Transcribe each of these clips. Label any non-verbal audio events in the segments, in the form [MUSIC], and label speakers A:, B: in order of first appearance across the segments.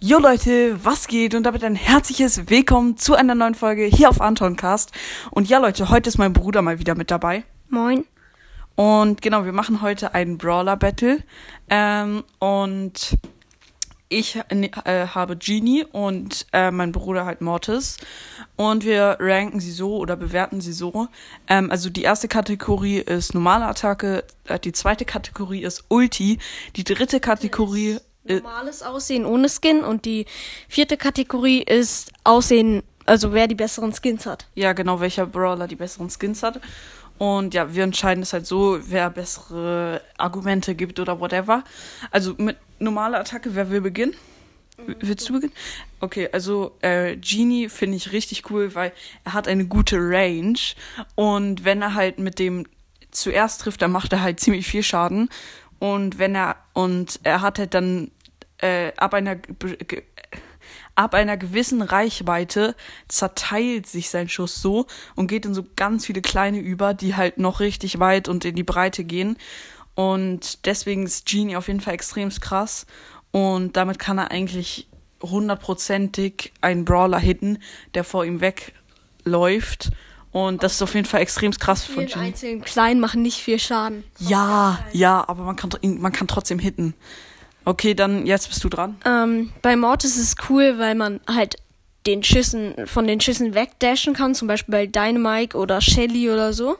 A: Jo Leute, was geht? Und damit ein herzliches Willkommen zu einer neuen Folge hier auf Antoncast. Und ja Leute, heute ist mein Bruder mal wieder mit dabei.
B: Moin.
A: Und genau, wir machen heute ein Brawler-Battle. Ähm, und ich äh, habe Genie und äh, mein Bruder halt Mortis. Und wir ranken sie so oder bewerten sie so. Ähm, also die erste Kategorie ist normale Attacke, äh, die zweite Kategorie ist Ulti, die dritte Kategorie äh,
B: Normales Aussehen ohne Skin und die vierte Kategorie ist Aussehen, also wer die besseren Skins hat.
A: Ja, genau, welcher Brawler die besseren Skins hat. Und ja, wir entscheiden es halt so, wer bessere Argumente gibt oder whatever. Also mit normaler Attacke, wer will beginnen? W- Willst du beginnen? Okay, also äh, Genie finde ich richtig cool, weil er hat eine gute Range. Und wenn er halt mit dem zuerst trifft, dann macht er halt ziemlich viel Schaden. Und wenn er und er hat halt dann äh, ab einer ge- ge- ab einer gewissen Reichweite zerteilt sich sein Schuss so und geht in so ganz viele kleine über, die halt noch richtig weit und in die Breite gehen. Und deswegen ist Genie auf jeden Fall extrem krass. Und damit kann er eigentlich hundertprozentig einen Brawler hitten, der vor ihm wegläuft. Und das ist auf jeden Fall extrem krass von
B: Vielen
A: Genie.
B: einzelnen Kleinen machen nicht viel Schaden.
A: Ja, ja, aber man kann, tr- ihn- man kann trotzdem hitten. Okay, dann jetzt bist du dran.
B: Ähm, bei Mortis ist es cool, weil man halt den Schüssen, von den Schüssen wegdashen kann, zum Beispiel bei Dynamite oder Shelly oder so.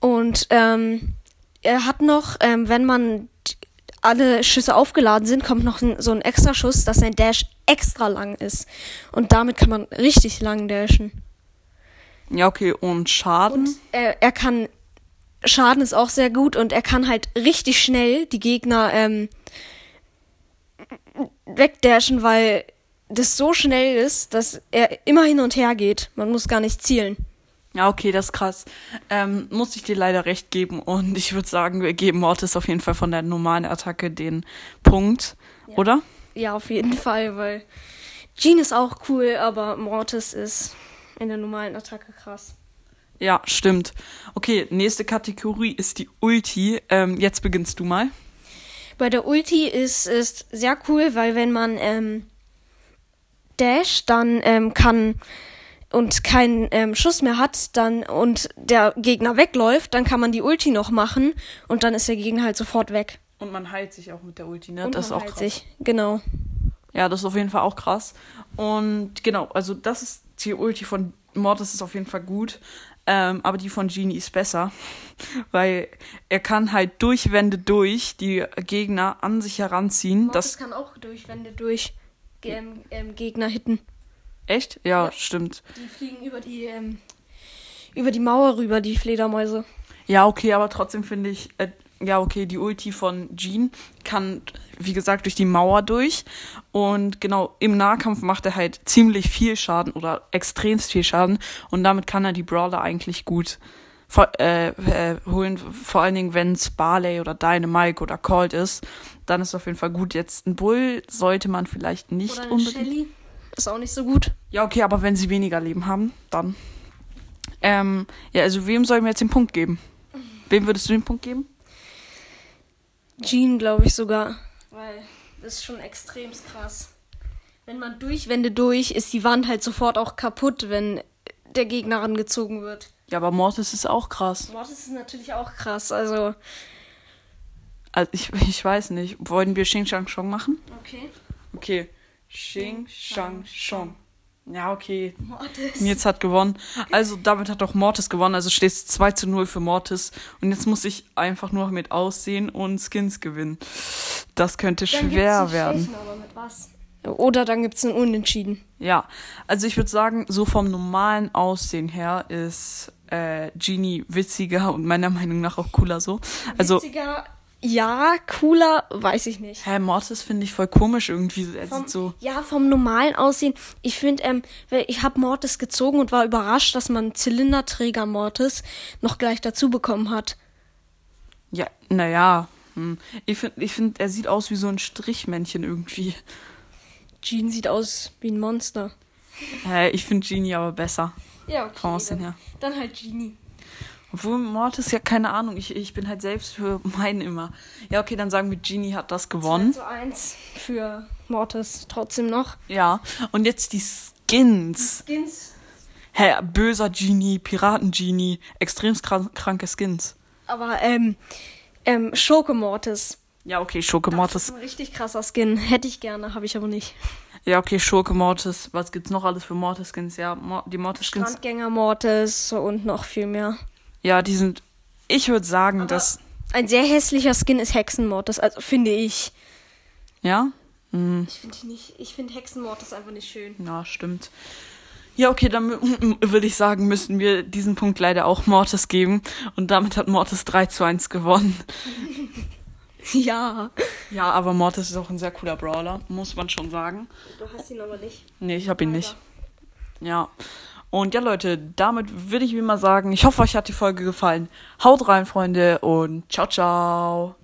B: Und ähm, er hat noch, ähm, wenn man t- alle Schüsse aufgeladen sind, kommt noch n- so ein extra Schuss, dass sein Dash extra lang ist. Und damit kann man richtig lang dashen.
A: Ja, okay, und Schaden?
B: er, er kann Schaden ist auch sehr gut und er kann halt richtig schnell die Gegner ähm, wegdashen, weil das so schnell ist, dass er immer hin und her geht. Man muss gar nicht zielen.
A: Ja, okay, das ist krass. Ähm, muss ich dir leider recht geben und [LAUGHS] ich würde sagen, wir geben Mortis auf jeden Fall von der normalen Attacke den Punkt, oder?
B: Ja, auf jeden Fall, weil Jean ist auch cool, aber Mortis ist in der normalen Attacke krass.
A: Ja, stimmt. Okay, nächste Kategorie ist die Ulti. Ähm, jetzt beginnst du mal.
B: Bei der Ulti ist es sehr cool, weil wenn man ähm, Dash dann ähm, kann und keinen ähm, Schuss mehr hat, dann und der Gegner wegläuft, dann kann man die Ulti noch machen und dann ist der Gegner halt sofort weg.
A: Und man heilt sich auch mit der Ulti, ne?
B: Und
A: das ist
B: man
A: auch
B: heilt
A: krass.
B: sich. Genau.
A: Ja, das ist auf jeden Fall auch krass. Und genau, also das ist die Ulti von Mortis ist auf jeden Fall gut. Ähm, aber die von Genie ist besser, [LAUGHS] weil er kann halt durch Wände durch die Gegner an sich heranziehen. Das
B: kann auch durch Wände durch ähm, ähm, Gegner hitten.
A: echt? Ja, stimmt.
B: Die fliegen über die ähm, über die Mauer rüber, die Fledermäuse.
A: Ja, okay, aber trotzdem finde ich, äh, ja, okay, die Ulti von Jean kann, wie gesagt, durch die Mauer durch. Und genau, im Nahkampf macht er halt ziemlich viel Schaden oder extremst viel Schaden. Und damit kann er die Brawler eigentlich gut vor, äh, äh, holen. Vor allen Dingen, wenn es Barley oder Dynamike oder Cold ist, dann ist auf jeden Fall gut. Jetzt ein Bull sollte man vielleicht nicht
B: Oder eine
A: unbedingt.
B: Shelly. Ist auch nicht so gut.
A: Ja, okay, aber wenn sie weniger Leben haben, dann. Ähm, ja, also wem sollen wir jetzt den Punkt geben? Wem würdest du den Punkt geben?
B: Jean, glaube ich sogar. Weil das ist schon extrem krass. Wenn man durch Wände durch, ist die Wand halt sofort auch kaputt, wenn der Gegner rangezogen wird.
A: Ja, aber Mortis ist auch krass.
B: Mortis ist natürlich auch krass, also.
A: Also ich, [LAUGHS] ich weiß nicht. Wollen wir Xing Shang Chong machen?
B: Okay.
A: Okay. Xing Shang Chong. Ja, okay.
B: Mortis.
A: Nils hat gewonnen. Also damit hat auch Mortis gewonnen. Also steht es 2 zu 0 für Mortis. Und jetzt muss ich einfach nur mit Aussehen und Skins gewinnen. Das könnte schwer werden.
B: aber mit was? Oder dann gibt's einen Unentschieden.
A: Ja. Also ich würde sagen, so vom normalen Aussehen her ist äh, Genie witziger und meiner [LAUGHS] Meinung nach auch cooler so. Also,
B: Witziger, ja, cooler, weiß ich nicht.
A: hä, Mortis finde ich voll komisch irgendwie. Er
B: Vom,
A: sieht so.
B: Ja, vom normalen Aussehen. Ich finde, ähm, weil ich habe Mortis gezogen und war überrascht, dass man Zylinderträger Mortis noch gleich dazu bekommen hat.
A: Ja, naja. Hm. Ich finde, ich find, er sieht aus wie so ein Strichmännchen irgendwie. [LAUGHS]
B: Jean sieht aus wie ein Monster.
A: Äh, ich finde Genie aber besser.
B: Ja, okay.
A: Vom Aussehen her.
B: Dann halt Genie.
A: Obwohl Mortis ja keine Ahnung, ich, ich bin halt selbst für [LAUGHS] meinen immer. Ja, okay, dann sagen wir, Genie hat das gewonnen.
B: 2 zu 1 für Mortis trotzdem noch.
A: Ja, und jetzt die Skins.
B: Skins.
A: Hä, böser Genie, Piraten-Genie, extrem kran- kranke Skins.
B: Aber ähm, ähm, Schurke-Mortis.
A: Ja, okay, Schurke
B: Das
A: Mortis.
B: ist ein richtig krasser Skin. Hätte ich gerne, habe ich aber nicht.
A: Ja, okay, Schurke Mortis. Was gibt's noch alles für Mortis-Skins? Ja, Mor die Mortis-Skins.
B: Strandgänger-Mortis und noch viel mehr.
A: Ja, die sind. Ich würde sagen, dass.
B: Ein sehr hässlicher Skin ist Hexenmortis, also finde ich.
A: Ja?
B: Ich finde nicht, ich finde Hexenmortis einfach nicht schön.
A: Ja, stimmt. Ja, okay, dann m- m- würde ich sagen, müssen wir diesen Punkt leider auch Mortis geben. Und damit hat Mortis 3 zu 1 gewonnen.
B: [LAUGHS] Ja.
A: Ja, aber Mortis ist auch ein sehr cooler Brawler, muss man schon sagen.
B: Du hast ihn aber nicht.
A: Nee, ich hab ihn nicht. Ja. Und ja, Leute, damit würde ich wie immer sagen, ich hoffe, euch hat die Folge gefallen. Haut rein, Freunde, und ciao, ciao.